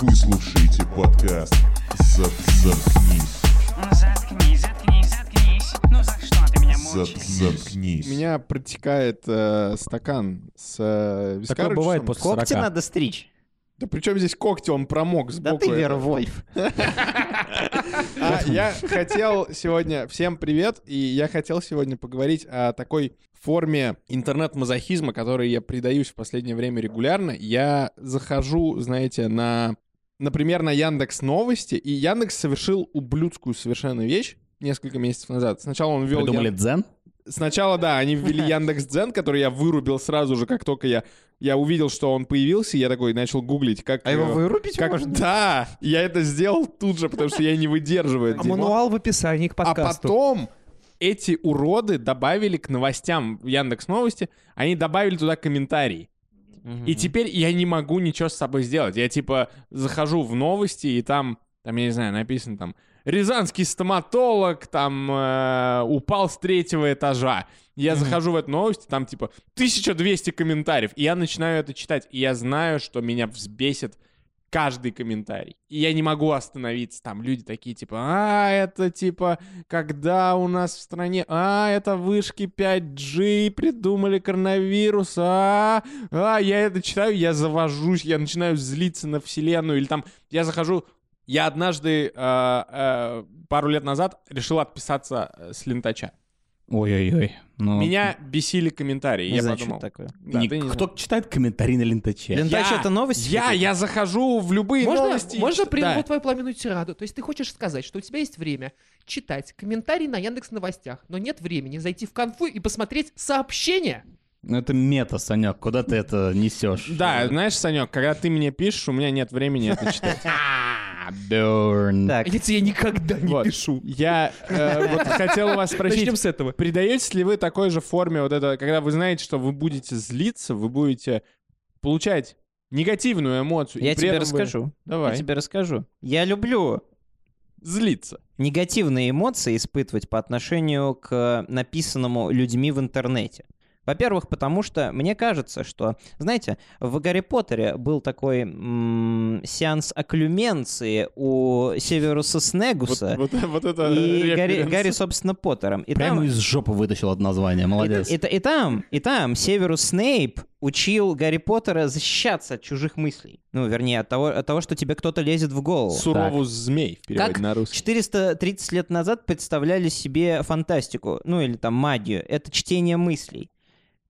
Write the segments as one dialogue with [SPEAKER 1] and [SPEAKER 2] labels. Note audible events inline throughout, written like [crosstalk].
[SPEAKER 1] Вы слушаете подкаст «Зап- «Заткнись».
[SPEAKER 2] Ну заткнись, заткнись, заткнись. Ну за что ты меня
[SPEAKER 1] «Зап-
[SPEAKER 2] мучаешь?
[SPEAKER 1] «Заткнись».
[SPEAKER 3] У меня протекает э, стакан с э, вискарочным.
[SPEAKER 4] Такое бывает после
[SPEAKER 5] Когти
[SPEAKER 4] 40.
[SPEAKER 5] надо стричь.
[SPEAKER 3] Да при чем здесь когти? Он промок
[SPEAKER 5] Да
[SPEAKER 3] сбоку.
[SPEAKER 5] ты Вервольф.
[SPEAKER 3] А, я хотел сегодня... Всем привет. И я хотел сегодня поговорить о такой форме интернет-мазохизма, которой я предаюсь в последнее время регулярно. Я захожу, знаете, на... Например, на Яндекс Новости, и Яндекс совершил ублюдскую совершенно вещь несколько месяцев назад. Сначала он ввел...
[SPEAKER 4] Придумали
[SPEAKER 3] Ян-
[SPEAKER 4] дзен?
[SPEAKER 3] Сначала, да, они ввели Яндекс Дзен, который я вырубил сразу же, как только я, я увидел, что он появился, и я такой начал гуглить, как...
[SPEAKER 5] А его
[SPEAKER 3] э,
[SPEAKER 5] вырубить
[SPEAKER 3] как...
[SPEAKER 5] можно?
[SPEAKER 3] Да, я это сделал тут же, потому что я не выдерживаю это
[SPEAKER 6] А
[SPEAKER 3] дерьмо.
[SPEAKER 6] мануал в описании к
[SPEAKER 3] А
[SPEAKER 6] подкасту.
[SPEAKER 3] потом эти уроды добавили к новостям в Яндекс Новости, они добавили туда комментарий. И теперь я не могу ничего с собой сделать. Я типа захожу в новости, и там, там, я не знаю, написано там Рязанский стоматолог там э, упал с третьего этажа. Я захожу в эту новость, там типа 1200 комментариев, и я начинаю это читать, и я знаю, что меня взбесит каждый комментарий. И я не могу остановиться. Там люди такие типа, а, это типа, когда у нас в стране, а, это вышки 5G, придумали коронавирус, а, а, я это читаю, я завожусь, я начинаю злиться на вселенную, или там, я захожу, я однажды, э, э, пару лет назад, решил отписаться э, с лентача.
[SPEAKER 4] Ой-ой-ой. Ну,
[SPEAKER 3] Меня бесили комментарии,
[SPEAKER 5] Не
[SPEAKER 3] я
[SPEAKER 5] знаю,
[SPEAKER 3] подумал.
[SPEAKER 5] что это такое.
[SPEAKER 3] да,
[SPEAKER 4] ни-
[SPEAKER 3] ты не
[SPEAKER 4] кто читает комментарий на лентаче?
[SPEAKER 5] Лентач
[SPEAKER 3] Я-
[SPEAKER 5] это новость?
[SPEAKER 3] Я, я захожу в любые
[SPEAKER 7] Можно,
[SPEAKER 3] новости. и
[SPEAKER 7] можно
[SPEAKER 3] чит-
[SPEAKER 7] прерву
[SPEAKER 3] да.
[SPEAKER 7] твою пламенную тираду? То есть ты хочешь сказать, что у тебя есть время читать комментарии на Яндекс Новостях, но нет времени зайти в конфу и посмотреть сообщения?
[SPEAKER 4] Ну это мета, Санек, куда ты это несешь? [laughs]
[SPEAKER 3] Да, знаешь, Санек, когда ты мне пишешь, у меня нет времени это читать.
[SPEAKER 4] Burn.
[SPEAKER 5] Так,
[SPEAKER 7] Если я никогда не
[SPEAKER 3] Вот.
[SPEAKER 7] пишу.
[SPEAKER 3] Я э, вот хотел у вас спросить,
[SPEAKER 6] Начнем с этого.
[SPEAKER 3] Предаетесь ли вы такой же форме вот это, когда вы знаете, что вы будете злиться, вы будете получать негативную эмоцию? и
[SPEAKER 5] я
[SPEAKER 3] при
[SPEAKER 5] тебе
[SPEAKER 3] этом вы-
[SPEAKER 5] расскажу. Я
[SPEAKER 3] Давай.
[SPEAKER 5] тебе расскажу. Я люблю
[SPEAKER 3] Злиться.
[SPEAKER 5] негативные эмоции испытывать по отношению к написанному людьми в интернете. Во-первых, потому что мне кажется, что, знаете, в Гарри Поттере был такой м, сеанс оклюменции у Северуса
[SPEAKER 3] Вот,
[SPEAKER 5] Снегуса
[SPEAKER 3] вот- [laughs] вот это
[SPEAKER 5] и Гарри,
[SPEAKER 3] референс.
[SPEAKER 5] Гарри, собственно, Поттером. И там-
[SPEAKER 4] Прямо из жопы вытащил от названия, молодец.
[SPEAKER 5] И, и- и там, и там Северус Снейп учил Гарри Поттера защищаться от чужих мыслей. Ну, вернее, от того, от того что тебе кто-то лезет в голову.
[SPEAKER 3] Сурову змей в переводе
[SPEAKER 5] Как
[SPEAKER 3] на русский.
[SPEAKER 5] 430 лет назад представляли себе фантастику, ну или там магию. Это чтение мыслей.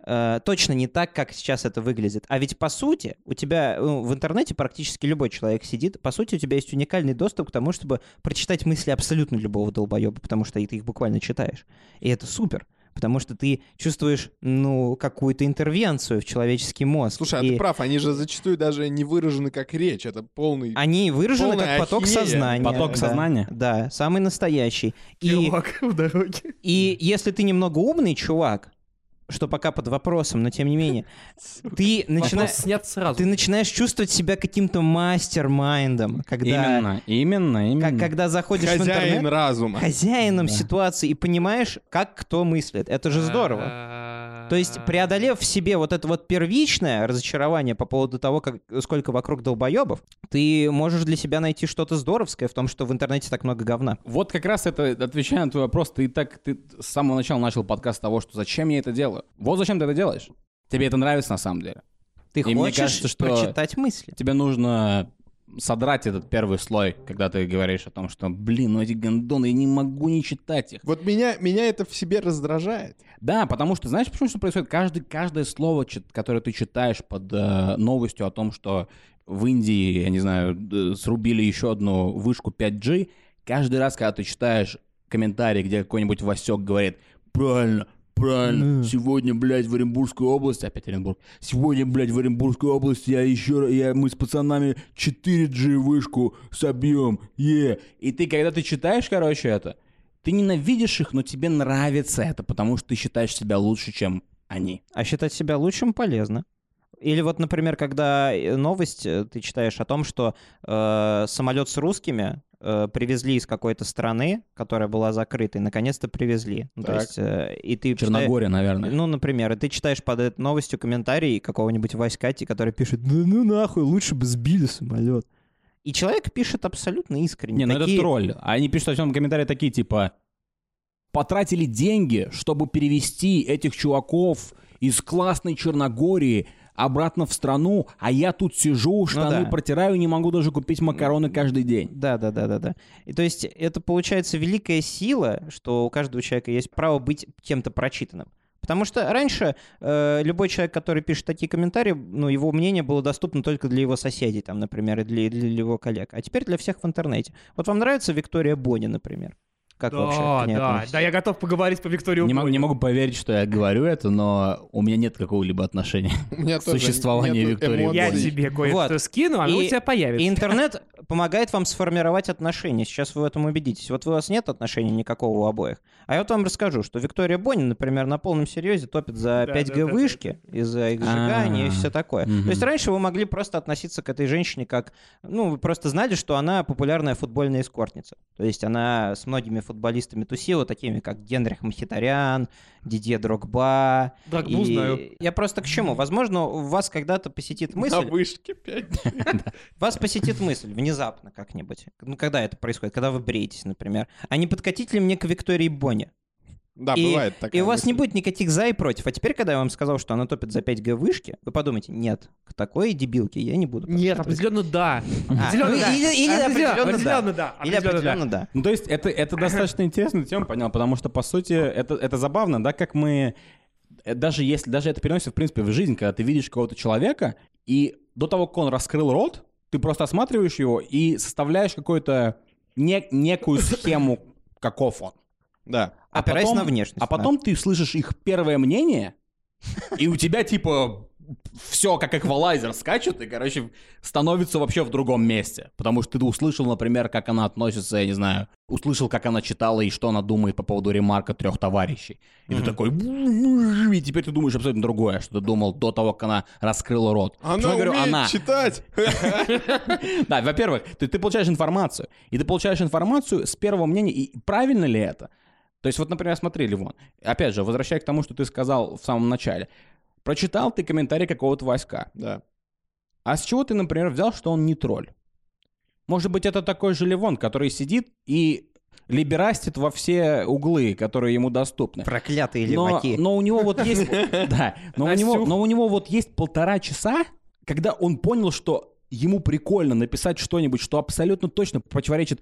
[SPEAKER 5] Э, точно не так, как сейчас это выглядит. А ведь по сути у тебя ну, в интернете практически любой человек сидит. По сути у тебя есть уникальный доступ к тому, чтобы прочитать мысли абсолютно любого долбоеба, потому что и ты их буквально читаешь. И это супер. Потому что ты чувствуешь, ну, какую-то интервенцию в человеческий мозг.
[SPEAKER 3] Слушай, а
[SPEAKER 5] И
[SPEAKER 3] ты прав, они же зачастую даже не выражены как речь, это полный...
[SPEAKER 5] Они выражены
[SPEAKER 3] Полная
[SPEAKER 5] как поток
[SPEAKER 3] ахинея.
[SPEAKER 5] сознания.
[SPEAKER 4] Поток
[SPEAKER 5] Да.
[SPEAKER 4] сознания?
[SPEAKER 5] Да, самый настоящий. И
[SPEAKER 6] Чувак [laughs] в дороге.
[SPEAKER 5] И если ты немного умный чувак, что пока под вопросом, но тем не менее, ты, начина-
[SPEAKER 7] Вопрос снят сразу.
[SPEAKER 5] ты начинаешь чувствовать себя каким-то мастер-майндом, когда,
[SPEAKER 4] Именно, именно,
[SPEAKER 5] как-
[SPEAKER 4] именно.
[SPEAKER 5] когда заходишь в
[SPEAKER 3] Хозяин
[SPEAKER 5] интернет
[SPEAKER 3] разума.
[SPEAKER 5] хозяином
[SPEAKER 4] Да.
[SPEAKER 5] ситуации и понимаешь, как кто мыслит. Это же здорово. То
[SPEAKER 4] А.
[SPEAKER 5] есть, преодолев в себе вот это вот первичное разочарование по поводу того, как, сколько вокруг долбоебов, ты можешь для себя найти что-то здоровское в том, что в интернете так много говна.
[SPEAKER 4] Вот как раз это, отвечая на твой вопрос, ты и так ты с самого начала начал подкаст с того, что зачем я это делаю. Вот зачем ты это делаешь. Тебе это нравится на самом деле.
[SPEAKER 5] Ты
[SPEAKER 4] И мне
[SPEAKER 5] хочешь
[SPEAKER 4] кажется, что-
[SPEAKER 5] прочитать мысли.
[SPEAKER 4] Тебе нужно содрать этот первый слой, когда ты говоришь о том, что, блин, ну эти гондоны, я не могу не читать их.
[SPEAKER 3] Вот меня, меня это в себе раздражает.
[SPEAKER 4] Да, потому что знаешь, почему что происходит? Каждый, каждое слово, чит- которое ты читаешь под э, новостью о том, что в Индии, я не знаю, д- срубили еще одну вышку 5G, каждый раз, когда ты читаешь комментарий, где какой-нибудь Васек говорит, правильно, правильно, сегодня, блядь, в Оренбургской области, опять Оренбург, сегодня, блядь, в Оренбургской области я еще, ра- я, мы с пацанами 4G вышку собьем, е. И ты, когда ты читаешь, короче, это, ты ненавидишь их, но тебе нравится это, потому что ты считаешь себя лучше, чем они.
[SPEAKER 5] А считать себя лучшим полезно. Или вот, например, когда э, новость э, ты читаешь о том, что э, самолет с русскими э, привезли из какой-то страны, которая была закрыта, и наконец-то привезли. Ну, то
[SPEAKER 3] Так.
[SPEAKER 5] есть, э, и ты чита-
[SPEAKER 4] Черногория, наверное.
[SPEAKER 5] Ну, например, и ты читаешь под этой новостью комментарий какого-нибудь Васькати, который пишет, да ну нахуй, лучше бы сбили самолет. И человек пишет абсолютно искренне.
[SPEAKER 4] Не, ну
[SPEAKER 5] Такие-
[SPEAKER 4] это тролль. Они пишут в своем комментарии такие, типа, потратили деньги, чтобы перевести этих чуваков из классной Черногории обратно в страну, а я тут сижу, штаны
[SPEAKER 5] да.
[SPEAKER 4] протираю, не могу даже купить макароны каждый день.
[SPEAKER 5] Да, да, да, да, да. И то есть это получается великая сила, что у каждого человека есть право быть кем-то прочитанным. Потому что раньше э, любой человек, который пишет такие комментарии, ну, его мнение было доступно только для его соседей, там, например, и для, для его коллег. А теперь для всех в интернете. Вот вам нравится Виктория Бони, например? Как вообще
[SPEAKER 6] Да,
[SPEAKER 5] к ней
[SPEAKER 6] да,
[SPEAKER 5] относитесь?
[SPEAKER 6] да, я готов поговорить по Викторию
[SPEAKER 4] Не, могу-
[SPEAKER 6] Бони.
[SPEAKER 4] не могу поверить, что я говорю это, но у меня нет какого-либо отношения.
[SPEAKER 3] У меня тоже
[SPEAKER 4] Существование
[SPEAKER 3] нету
[SPEAKER 4] Виктории
[SPEAKER 3] эмоций.
[SPEAKER 6] Угу. Я
[SPEAKER 4] Бони.
[SPEAKER 6] тебе кое-что
[SPEAKER 5] Вот.
[SPEAKER 6] скину, оно
[SPEAKER 5] И-
[SPEAKER 6] у тебя
[SPEAKER 5] И
[SPEAKER 6] появится.
[SPEAKER 5] интернет помогает вам сформировать отношения. Сейчас вы в этом убедитесь. Вот у вас нет отношений никакого у обоих. А я вот вам расскажу, что Виктория Бонни, например, на полном серьезе топит за
[SPEAKER 6] Да,
[SPEAKER 5] 5G
[SPEAKER 6] да, да,
[SPEAKER 5] вышки и за их сжигание и
[SPEAKER 4] А.
[SPEAKER 5] все такое.
[SPEAKER 4] Мгм.
[SPEAKER 5] То есть раньше вы могли просто относиться к этой женщине как... Ну, вы просто знали, что она популярная футбольная эскортница. То есть она с многими футболистами тусила, такими как Генрих Махитарян, Дидье Дрогба.
[SPEAKER 6] Дрогбу
[SPEAKER 5] И
[SPEAKER 6] ну, знаю.
[SPEAKER 5] Я просто к чему? Возможно, у вас когда-то посетит мысль...
[SPEAKER 3] На вышке 5.
[SPEAKER 5] Вас посетит мысль внезапно как-нибудь. Ну, когда это происходит? Когда вы бреетесь, например. А не подкатить ли мне к Виктории Боне?
[SPEAKER 3] Да,
[SPEAKER 5] И-
[SPEAKER 3] бывает такая
[SPEAKER 5] И у вас не
[SPEAKER 3] мысль.
[SPEAKER 5] будет никаких за и против. А теперь, когда я вам сказал, что она топит за 5G вышки, вы подумайте, нет, к такой дебилке я не буду.
[SPEAKER 7] Нет,
[SPEAKER 5] подкатывать.
[SPEAKER 7] определенно да.
[SPEAKER 5] А,
[SPEAKER 7] определенно
[SPEAKER 5] ну,
[SPEAKER 7] да.
[SPEAKER 5] Или или определенно
[SPEAKER 6] определенно
[SPEAKER 5] да.
[SPEAKER 6] да.
[SPEAKER 5] Или определенно да.
[SPEAKER 4] Ну, то есть это, это достаточно интересная тема, понял, потому что, по сути, это, это забавно, да, как мы... э, Даже если даже это переносится, в принципе, в жизнь, когда ты видишь кого-то человека, и до того, как он раскрыл рот, ты просто осматриваешь его и составляешь какую-то не- некую схему, каков он.
[SPEAKER 3] Да.
[SPEAKER 4] А
[SPEAKER 5] Опираясь
[SPEAKER 4] потом-
[SPEAKER 5] на внешность.
[SPEAKER 4] А потом ты слышишь их первое мнение, и у тебя, типа, все как эквалайзер скачет, и, короче, становится вообще в другом месте. Потому что ты услышал, например, как она относится, я не знаю, услышал, как она читала и что она думает по поводу ремарка трех товарищей. И ты такой... ну, И теперь ты думаешь абсолютно другое, что ты думал до того, как она раскрыла рот. Почему
[SPEAKER 3] Она
[SPEAKER 4] я говорю
[SPEAKER 3] умеет
[SPEAKER 4] «она»?
[SPEAKER 3] читать. [laughs]
[SPEAKER 4] [laughs] Да, во-первых, ты, ты получаешь информацию. И ты получаешь информацию с первого мнения. И правильно ли это? То есть, вот, например, смотри, Ливон. Опять же, возвращаясь к тому, что ты сказал в самом начале. Прочитал ты комментарий какого-то Васька.
[SPEAKER 3] Да.
[SPEAKER 4] А с чего ты, например, взял, что он не тролль? Может быть, это такой же Ливон, который сидит и либерастит во все углы, которые ему доступны.
[SPEAKER 5] Проклятые
[SPEAKER 4] Но,
[SPEAKER 5] леваки.
[SPEAKER 4] но у него
[SPEAKER 3] [laughs]
[SPEAKER 4] вот есть... Да, но у него,
[SPEAKER 6] Настюх.
[SPEAKER 4] но у него вот есть полтора часа, когда он понял, что ему прикольно написать что-нибудь, что абсолютно точно противоречит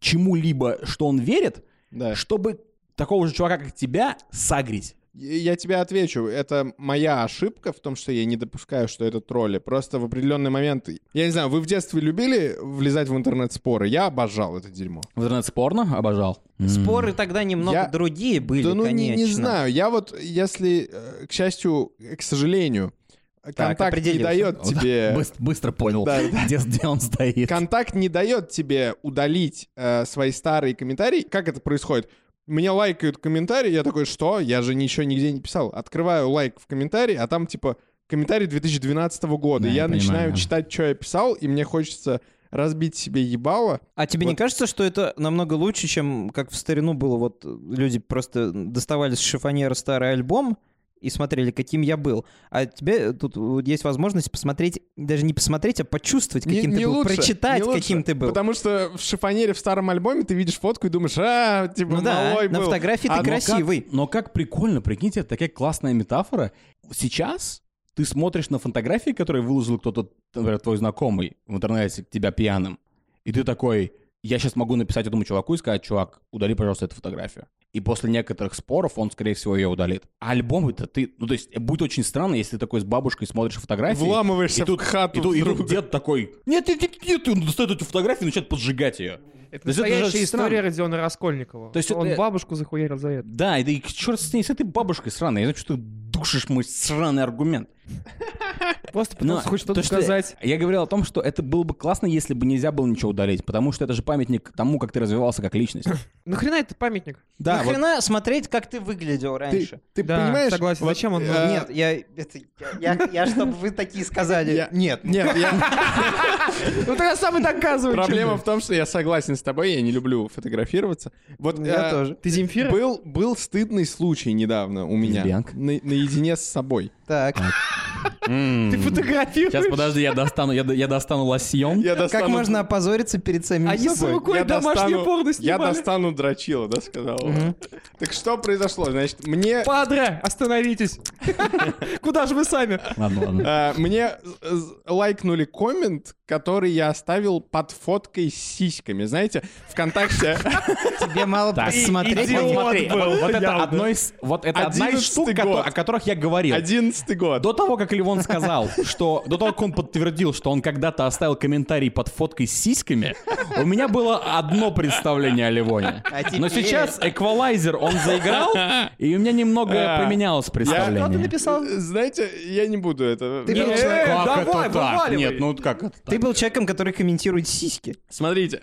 [SPEAKER 4] чему-либо, что он верит,
[SPEAKER 3] Да.
[SPEAKER 4] чтобы такого же чувака, как тебя, сагрить.
[SPEAKER 3] Я я тебе отвечу, это моя ошибка в том, что я не допускаю, что это тролли. Просто в определенный момент... Я не знаю, вы в детстве любили влезать в интернет-споры? Я обожал это дерьмо.
[SPEAKER 4] В интернет-спорно обожал.
[SPEAKER 5] Споры тогда немного
[SPEAKER 3] Я-
[SPEAKER 5] другие были,
[SPEAKER 3] да ну не-
[SPEAKER 5] конечно.
[SPEAKER 3] Не, знаю, я вот, если, э, к счастью, э, к сожалению, контакт не
[SPEAKER 5] определился. [laughs]
[SPEAKER 3] дает тебе...
[SPEAKER 4] Быстро, понял,
[SPEAKER 3] э, Да,
[SPEAKER 4] где, где он стоит.
[SPEAKER 3] Контакт не дает тебе удалить э, свои старые комментарии. Как это происходит? Мне лайкают комментарии, я такой, что? Я же ничего нигде не писал. Открываю лайк в комментарии, а там типа комментарий 2012 года.
[SPEAKER 4] Да,
[SPEAKER 3] я
[SPEAKER 4] я понимаю,
[SPEAKER 3] начинаю
[SPEAKER 4] да.
[SPEAKER 3] читать, что я писал, и мне хочется разбить себе ебало.
[SPEAKER 5] А тебе не
[SPEAKER 3] Вот.
[SPEAKER 5] кажется, что это намного лучше, чем как в старину было, вот э, люди просто доставали с шифонера старый альбом и смотрели, каким я был. А тебе тут вот есть возможность посмотреть, даже не посмотреть, а почувствовать,
[SPEAKER 3] Не-
[SPEAKER 5] каким
[SPEAKER 3] не
[SPEAKER 5] ты был,
[SPEAKER 3] лучше,
[SPEAKER 5] прочитать,
[SPEAKER 3] не лучше,
[SPEAKER 5] каким ты был.
[SPEAKER 3] Потому что в шифонере в старом альбоме ты видишь фотку и думаешь, а, типа,
[SPEAKER 5] Ну да,
[SPEAKER 3] малой
[SPEAKER 5] на
[SPEAKER 3] был».
[SPEAKER 5] фотографии
[SPEAKER 3] А,
[SPEAKER 5] ты
[SPEAKER 3] ну как?
[SPEAKER 5] красивый.
[SPEAKER 4] Но как прикольно, прикиньте, это такая классная метафора. Сейчас ты смотришь на фотографии, которые выложил кто-то, например, твой знакомый в интернете, тебя пьяным, и ты такой, я сейчас могу написать этому чуваку и сказать, чувак, удали, пожалуйста, эту фотографию. И после некоторых споров он, скорее всего, ее удалит. А альбом это ты... Ну, то есть, будет очень странно, если ты такой с бабушкой смотришь фотографии.
[SPEAKER 3] Вламываешься
[SPEAKER 4] и тут,
[SPEAKER 3] в хату
[SPEAKER 4] и тут, и тут
[SPEAKER 3] друга.
[SPEAKER 4] дед такой, нет, нет, нет, нет, и он достает эту фотографию и начинает поджигать ее.
[SPEAKER 7] Это
[SPEAKER 4] То есть это
[SPEAKER 7] настоящая
[SPEAKER 4] же странно.
[SPEAKER 7] история Родиона Раскольникова.
[SPEAKER 4] То есть
[SPEAKER 7] он
[SPEAKER 4] это-
[SPEAKER 7] бабушку захуярил за это.
[SPEAKER 4] Да, и, да и черт с ней, с этой бабушкой сраной. Я знаю, что ты душишь мой сраный аргумент.
[SPEAKER 7] Просто потому
[SPEAKER 4] Но
[SPEAKER 7] что хочет
[SPEAKER 4] Ну, то,
[SPEAKER 7] что-то
[SPEAKER 4] что-
[SPEAKER 7] сказать.
[SPEAKER 4] Я говорил о том, что это было бы классно, если бы нельзя было ничего удалить, потому что это же памятник тому, как ты развивался
[SPEAKER 3] [laughs]
[SPEAKER 4] как личность.
[SPEAKER 7] Нахрена это памятник?
[SPEAKER 3] Да, вот
[SPEAKER 5] Нахрена смотреть, как ты выглядел
[SPEAKER 3] ты,
[SPEAKER 5] раньше?
[SPEAKER 3] ты
[SPEAKER 7] Да,
[SPEAKER 3] понимаешь?
[SPEAKER 7] согласен. Зачем он
[SPEAKER 3] э,
[SPEAKER 7] нужен?
[SPEAKER 5] Нет, я, это- я, я- я, чтобы вы такие сказали.
[SPEAKER 3] Я-
[SPEAKER 5] Нет.
[SPEAKER 3] Нет, я...
[SPEAKER 7] Ну тогда сам и доказывай.
[SPEAKER 3] Проблема в том, что я согласен с тобой, я не люблю фотографироваться. Вот
[SPEAKER 5] Я
[SPEAKER 3] э,
[SPEAKER 5] тоже.
[SPEAKER 7] Ты Земфира?
[SPEAKER 3] Был, был стыдный случай недавно у меня.
[SPEAKER 4] Лесбиянка?
[SPEAKER 3] [laughs] На- наедине с собой.
[SPEAKER 5] Так.
[SPEAKER 6] Ты фотографируешь.
[SPEAKER 4] Сейчас, подожди, я достану, я, до- я достану лосьон.
[SPEAKER 3] Я достану-
[SPEAKER 5] Как можно опозориться перед самим
[SPEAKER 7] Они
[SPEAKER 3] Ой,
[SPEAKER 5] собой?
[SPEAKER 7] сру- А рукой
[SPEAKER 3] я
[SPEAKER 7] домашнее
[SPEAKER 3] достану-
[SPEAKER 7] порно
[SPEAKER 3] Я
[SPEAKER 7] снимали.
[SPEAKER 3] достану дрочила, да, сказал.
[SPEAKER 5] Мгм.
[SPEAKER 3] Так что произошло? Значит, мне...
[SPEAKER 7] Падре, остановитесь. Куда же вы сами?
[SPEAKER 4] Ладно,
[SPEAKER 3] [laughs]
[SPEAKER 4] ладно.
[SPEAKER 3] э, Мне з- з- лайкнули коммент, который я оставил под фоткой с сиськами. Знаете, ВКонтакте...
[SPEAKER 5] Тебе мало
[SPEAKER 4] Так.
[SPEAKER 5] посмотреть.
[SPEAKER 4] Вот
[SPEAKER 5] на них.
[SPEAKER 4] смотри, вот, вот это одно из, вот это одна из
[SPEAKER 3] Одиннадцатый
[SPEAKER 4] штук, кото-
[SPEAKER 3] год.
[SPEAKER 4] о которых я говорил.
[SPEAKER 3] Одиннадцатый год.
[SPEAKER 4] До того, как Ливон сказал, что... До того, как он подтвердил, что он когда-то оставил комментарий под фоткой с сиськами, у меня было одно представление о Ливоне.
[SPEAKER 5] А теперь-
[SPEAKER 4] Но сейчас эквалайзер, он заиграл,
[SPEAKER 3] [laughs]
[SPEAKER 4] и у меня немного
[SPEAKER 3] А,
[SPEAKER 4] поменялось
[SPEAKER 7] Что ты
[SPEAKER 4] представление.
[SPEAKER 7] написал?
[SPEAKER 3] Э, Знаете, я не буду это...
[SPEAKER 5] Ты
[SPEAKER 3] Нет,
[SPEAKER 5] был
[SPEAKER 7] Э,
[SPEAKER 5] человеком-
[SPEAKER 4] Как
[SPEAKER 7] давай,
[SPEAKER 4] ну, это так?
[SPEAKER 7] вываливай.
[SPEAKER 4] Нет, ну как это так?
[SPEAKER 5] Ты был человеком, который комментирует сиськи.
[SPEAKER 3] Смотрите.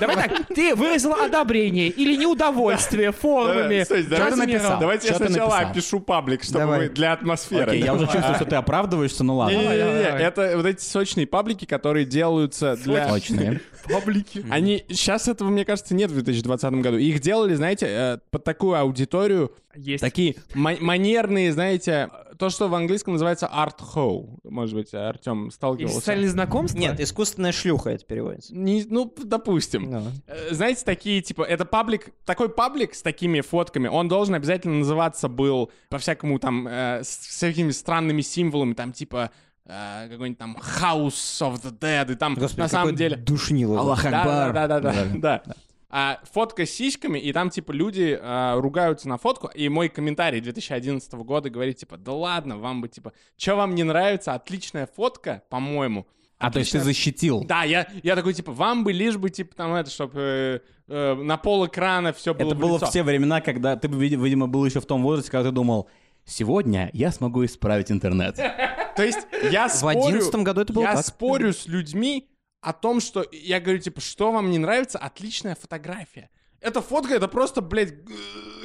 [SPEAKER 7] Давай так, ты выразил одобрение или неудовольствие формами.
[SPEAKER 3] Э, Стойте,
[SPEAKER 7] размером.
[SPEAKER 3] давайте- Давайте я
[SPEAKER 4] Что ты
[SPEAKER 3] сначала
[SPEAKER 4] написал?
[SPEAKER 3] опишу паблик, чтобы вы-
[SPEAKER 5] Давай.
[SPEAKER 3] для атмосферы.
[SPEAKER 4] Окей, я уже чувствую, что ты оправдываешься, ну ладно.
[SPEAKER 7] Давай,
[SPEAKER 3] Не-не-не,
[SPEAKER 7] давай, давай.
[SPEAKER 3] это вот эти сочные паблики, которые делаются для...
[SPEAKER 4] Точно.
[SPEAKER 3] Паблики. Они... Сейчас этого, мне кажется, нет в 2020 году. Их делали, знаете, э, под такую аудиторию,
[SPEAKER 7] Есть.
[SPEAKER 3] такие ма- манерные, знаете, то, что в английском называется арт-хоу. Может быть, Артем
[SPEAKER 7] Или
[SPEAKER 3] сталкивался.
[SPEAKER 7] социальные знакомства?
[SPEAKER 5] Нет, искусственная шлюха это переводится.
[SPEAKER 3] Не- ну, допустим.
[SPEAKER 5] Ну.
[SPEAKER 3] Э, Знаете, такие, типа, это паблик, такой паблик с такими фотками, он должен обязательно называться был по-всякому там, э, с всякими странными символами, там, типа, э, какой-нибудь там House of the Dead, и там,
[SPEAKER 5] Господи,
[SPEAKER 3] на самом
[SPEAKER 5] какой
[SPEAKER 3] деле...
[SPEAKER 5] Душнило.
[SPEAKER 4] Аллах
[SPEAKER 3] Да,
[SPEAKER 4] Акбар.
[SPEAKER 3] да, да, да, да. А фотка с сиськами, и там, типа, люди а, ругаются на фотку, и мой комментарий 2011 года говорит, типа, да ладно, вам бы, типа, что вам не нравится, отличная фотка, по-моему.
[SPEAKER 4] А то есть ты
[SPEAKER 3] Отличная
[SPEAKER 4] защитил.
[SPEAKER 3] да, я, я такой, типа, вам бы лишь бы, типа, там это, чтобы на пол экрана все было
[SPEAKER 4] Это
[SPEAKER 3] в
[SPEAKER 4] было
[SPEAKER 3] лицо.
[SPEAKER 4] в те времена, когда ты, ви- видимо, был еще в том возрасте, когда ты думал, сегодня я смогу исправить интернет.
[SPEAKER 3] То есть я
[SPEAKER 5] В
[SPEAKER 3] спорю...
[SPEAKER 5] одиннадцатом году это было
[SPEAKER 3] Я
[SPEAKER 5] так.
[SPEAKER 3] спорю с людьми о том, что... Я говорю, типа, что вам не нравится? Отличная фотография. Эта фотка, это просто, блядь, г-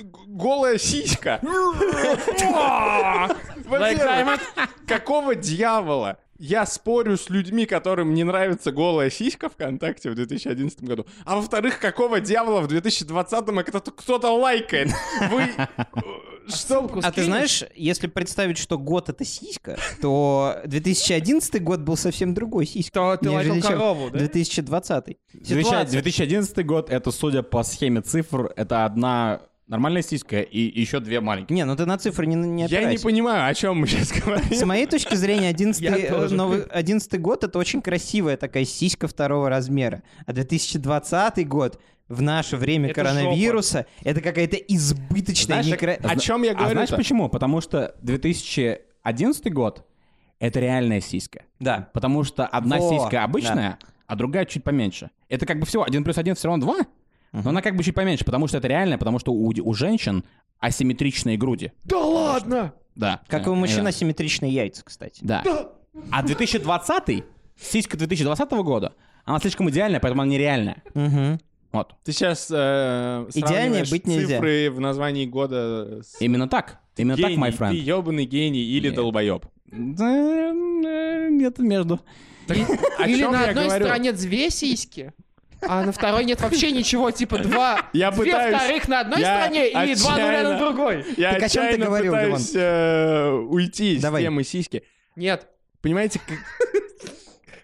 [SPEAKER 3] г- голая сиська. Во-первых, Какого дьявола? Я спорю с людьми, которым не нравится голая сиська ВКонтакте в 2011 году. А во-вторых, какого дьявола в 2020 это кто-то лайкает? Вы... Что?
[SPEAKER 5] А ты знаешь, если представить, что год это сиська, то 2011 год был совсем другой сиська.
[SPEAKER 7] То ты
[SPEAKER 5] нежели
[SPEAKER 7] ловил
[SPEAKER 5] чем
[SPEAKER 7] корову, да?
[SPEAKER 5] 2020.
[SPEAKER 4] 2011 год, это, судя по схеме цифр, это одна нормальная сиська и еще две маленькие.
[SPEAKER 5] Не, ну ты на цифры не, [laughs] не
[SPEAKER 3] Я не
[SPEAKER 5] опирайся.
[SPEAKER 3] понимаю, о чем мы сейчас
[SPEAKER 5] С
[SPEAKER 3] говорим.
[SPEAKER 5] моей точки зрения, 11
[SPEAKER 7] Я тоже.
[SPEAKER 5] новый, 11 год — это очень красивая такая сиська второго размера. А 2020 год в наше время
[SPEAKER 7] Это
[SPEAKER 5] коронавируса — это какая-то избыточная...
[SPEAKER 4] Знаешь,
[SPEAKER 5] некра-
[SPEAKER 3] О чем я
[SPEAKER 4] А
[SPEAKER 3] говорю?
[SPEAKER 4] знаешь почему? Потому что 2011 год — это реальная сиська.
[SPEAKER 5] Да.
[SPEAKER 4] Потому что одна
[SPEAKER 5] Во,
[SPEAKER 4] сиська обычная, а другая чуть поменьше. Это как бы всего 1 плюс 1 все равно 2, но она как бы чуть поменьше, потому что это реально, потому что у, у женщин асимметричные груди.
[SPEAKER 7] Да ладно!
[SPEAKER 4] Да.
[SPEAKER 5] Как и
[SPEAKER 4] Э, Да.
[SPEAKER 5] у мужчин асимметричные яйца, кстати.
[SPEAKER 4] Да. А 2020 сиська 2020 года, она слишком идеальная, поэтому она нереальная.
[SPEAKER 5] Мгм.
[SPEAKER 4] Вот.
[SPEAKER 3] Ты сейчас э,
[SPEAKER 5] Идеальнее
[SPEAKER 3] сравниваешь
[SPEAKER 5] быть нельзя.
[SPEAKER 3] цифры в названии года с
[SPEAKER 4] Именно так. Именно Ну так,
[SPEAKER 3] гений,
[SPEAKER 4] мой
[SPEAKER 3] ты
[SPEAKER 4] friend.
[SPEAKER 3] ёбаный гений или
[SPEAKER 4] Нет.
[SPEAKER 3] долбоеб.
[SPEAKER 4] Нет, э, между.
[SPEAKER 3] О
[SPEAKER 7] Или
[SPEAKER 3] чем
[SPEAKER 7] на
[SPEAKER 3] я
[SPEAKER 7] одной
[SPEAKER 3] говорю?
[SPEAKER 7] стороне две сиськи, а на второй нет вообще ничего, типа два...
[SPEAKER 3] Я
[SPEAKER 7] Две
[SPEAKER 3] пытаюсь-
[SPEAKER 7] вторых на одной
[SPEAKER 3] я
[SPEAKER 7] стороне или два нуля на
[SPEAKER 3] отчаянно-
[SPEAKER 7] другой.
[SPEAKER 3] Я
[SPEAKER 5] Так о чём ты
[SPEAKER 3] отчаянно
[SPEAKER 5] говорил, Левон?
[SPEAKER 3] пытаюсь э, уйти из
[SPEAKER 5] Давай.
[SPEAKER 3] темы сиськи.
[SPEAKER 7] Нет,
[SPEAKER 3] Понимаете, как-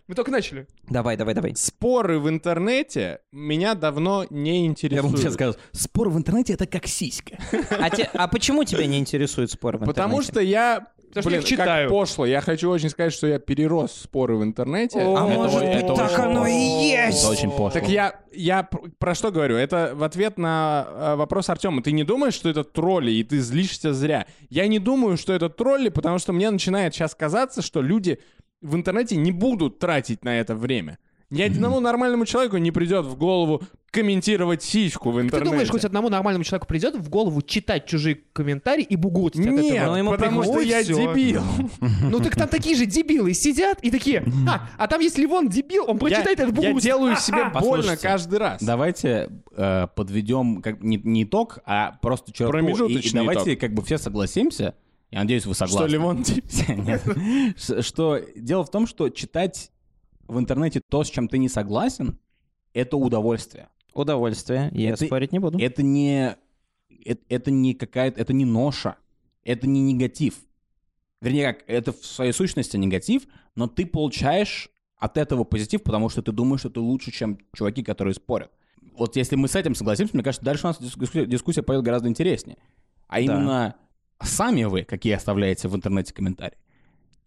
[SPEAKER 7] мы только начали.
[SPEAKER 5] Давай, давай, давай.
[SPEAKER 3] споры в интернете меня давно не
[SPEAKER 4] Я вам сейчас
[SPEAKER 3] интересуют.
[SPEAKER 4] скажу, спор в интернете это как сиська.
[SPEAKER 5] А, те- а почему тебя не интересует спор в
[SPEAKER 3] Потому
[SPEAKER 5] интернете?
[SPEAKER 3] что я...
[SPEAKER 7] Потому что
[SPEAKER 3] блин,
[SPEAKER 7] я их читаю.
[SPEAKER 3] как пошло. Я хочу очень сказать, что я перерос споры в интернете.
[SPEAKER 7] О,
[SPEAKER 5] А
[SPEAKER 4] Это
[SPEAKER 5] может
[SPEAKER 4] очень-
[SPEAKER 5] быть,
[SPEAKER 4] это
[SPEAKER 5] так
[SPEAKER 4] очень
[SPEAKER 5] оно и
[SPEAKER 4] пошло.
[SPEAKER 5] есть!
[SPEAKER 4] Это очень пошло.
[SPEAKER 3] Так я, я пр- про что говорю? Это в ответ на э, вопрос Артема. Ты не думаешь, что это тролли, и ты злишься зря? Я не думаю, что это тролли, потому что мне начинает сейчас казаться, что люди в интернете не будут тратить на это время. Ни одному нормальному человеку не придет в голову комментировать сиську в
[SPEAKER 7] Ты
[SPEAKER 3] интернете.
[SPEAKER 7] думаешь, хоть одному нормальному человеку придет в голову читать чужие комментарии и бугуртить от
[SPEAKER 3] Нет,
[SPEAKER 7] этого?
[SPEAKER 5] Но ему
[SPEAKER 3] потому что
[SPEAKER 5] приходит
[SPEAKER 3] я
[SPEAKER 5] всё.
[SPEAKER 3] дебил.
[SPEAKER 7] [laughs] Ну так там такие же дебилы сидят и такие, а, а там есть Ливон дебил, он
[SPEAKER 3] Я,
[SPEAKER 7] прочитает этот
[SPEAKER 3] я
[SPEAKER 7] бугурт.
[SPEAKER 3] делаю себе больно
[SPEAKER 4] Послушайте.
[SPEAKER 3] каждый раз.
[SPEAKER 4] Давайте э, подведем как, не, не итог, а просто черту.
[SPEAKER 3] Промежуточный
[SPEAKER 4] и, и давайте как бы все согласимся. Я надеюсь, вы
[SPEAKER 3] Что
[SPEAKER 4] согласны.
[SPEAKER 3] Лимон дебил.
[SPEAKER 4] [laughs] Нет. Ш- Что дело в том, что читать в интернете то, с чем ты не согласен, это удовольствие.
[SPEAKER 5] Удовольствие. Я
[SPEAKER 4] Это-
[SPEAKER 5] спорить не буду.
[SPEAKER 4] Это не э- это не какая-то, это не ноша, это не негатив. Вернее, как, это в своей сущности негатив, но ты получаешь от этого позитив, потому что ты думаешь, что ты лучше, чем чуваки, которые спорят. Вот если мы с этим согласимся, мне кажется, дальше у нас дискуссия, дискуссия пойдет гораздо интереснее. А именно, сами вы какие оставляете в интернете комментарии?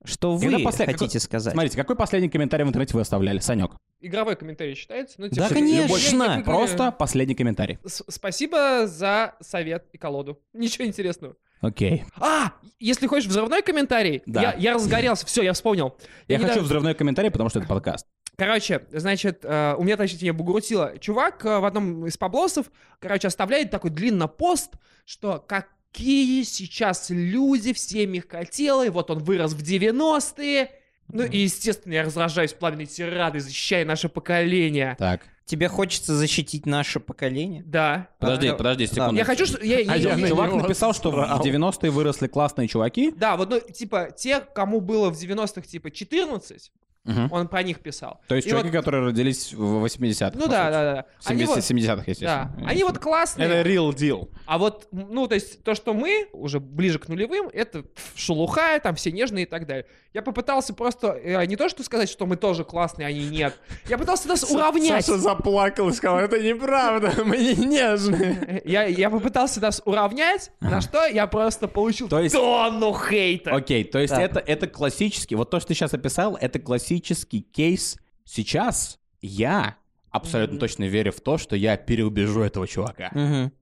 [SPEAKER 5] Что
[SPEAKER 4] Когда
[SPEAKER 5] вы
[SPEAKER 4] после-
[SPEAKER 5] хотите
[SPEAKER 4] какой-
[SPEAKER 5] сказать?
[SPEAKER 4] Смотрите, какой последний комментарий в интернете вы оставляли, Санек?
[SPEAKER 7] [laughs] Игровой комментарий считается? Ну,
[SPEAKER 5] Да,
[SPEAKER 7] что-
[SPEAKER 5] конечно.
[SPEAKER 7] Любой. Я не выиграю.
[SPEAKER 4] Просто последний комментарий.
[SPEAKER 7] С- Спасибо за совет и колоду. Ничего интересного.
[SPEAKER 4] Окей.
[SPEAKER 7] А, если хочешь взрывной комментарий,
[SPEAKER 4] Да.
[SPEAKER 7] я, я разгорелся, все, я вспомнил.
[SPEAKER 4] Я
[SPEAKER 7] недавно-
[SPEAKER 4] хочу взрывной комментарий, потому что это подкаст.
[SPEAKER 7] Короче, значит, э, у меня, значит, я бугрутила. Чувак э, в одном из поблосов, короче, оставляет такой длинный пост, что какие сейчас люди, все мягкотелые, вот он вырос в 90-е. Ну и, естественно, я раздражаюсь пламенной тирадой, защищая наше поколение.
[SPEAKER 4] Так.
[SPEAKER 5] Тебе хочется защитить наше поколение?
[SPEAKER 7] Да. Э,
[SPEAKER 4] Подожди,
[SPEAKER 5] да.
[SPEAKER 4] подожди секунду.
[SPEAKER 7] Я хочу, что... я- я- я-
[SPEAKER 4] А Чувак написал, что в 90-е выросли классные чуваки.
[SPEAKER 7] Да, вот, ну, типа, те, кому было в 90-х, типа, 14,
[SPEAKER 4] Мгм.
[SPEAKER 7] он про них писал.
[SPEAKER 4] То есть
[SPEAKER 7] И
[SPEAKER 4] чуваки,
[SPEAKER 7] вот-
[SPEAKER 4] которые родились в 80-х.
[SPEAKER 7] Ну да, да, да. Они вот-
[SPEAKER 4] 70-х, естественно.
[SPEAKER 7] Да, они вот классные.
[SPEAKER 8] Это real deal.
[SPEAKER 7] А вот, м, ну, то есть, то, что мы уже ближе к нулевым, это пф, шелуха, там все нежные и так далее. Я попытался просто э, не то, что сказать, что мы тоже классные, а они нет. Я пытался нас уравнять.
[SPEAKER 8] Саша заплакал и сказал, это неправда,
[SPEAKER 3] [laughs]
[SPEAKER 8] мы не нежные.
[SPEAKER 7] [laughs] Я, я попытался нас уравнять, на что я просто получил
[SPEAKER 4] То есть-
[SPEAKER 7] тонну хейта.
[SPEAKER 4] Окей, то есть
[SPEAKER 5] Да.
[SPEAKER 4] это, это классический, вот то, что ты сейчас описал, это классический кейс. Сейчас я абсолютно точно верю в то, что я переубежу этого чувака.
[SPEAKER 5] Мгм.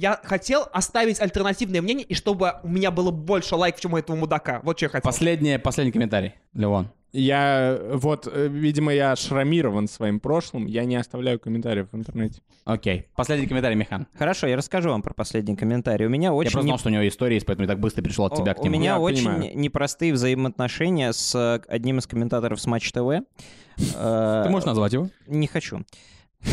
[SPEAKER 7] Я хотел оставить альтернативное мнение, и чтобы у меня было больше лайков, чем у этого мудака. Вот что я хотел.
[SPEAKER 4] Последнее, последний комментарий, Леон.
[SPEAKER 8] Я, э, вот, э, видимо, я шрамирован своим прошлым, я не оставляю комментариев в интернете.
[SPEAKER 4] Окей, последний комментарий, Михан.
[SPEAKER 5] Хорошо, я расскажу вам про последний комментарий. У меня
[SPEAKER 4] я
[SPEAKER 5] очень
[SPEAKER 4] просто
[SPEAKER 5] не-
[SPEAKER 4] знал, что у него история есть, поэтому я так быстро перешел от тебя
[SPEAKER 5] О,
[SPEAKER 4] к нему.
[SPEAKER 5] У меня
[SPEAKER 8] Я
[SPEAKER 5] очень
[SPEAKER 8] понимаю.
[SPEAKER 5] непростые взаимоотношения с э, одним из комментаторов с Матч ТВ. Э,
[SPEAKER 4] Ты можешь назвать его?
[SPEAKER 5] Не хочу.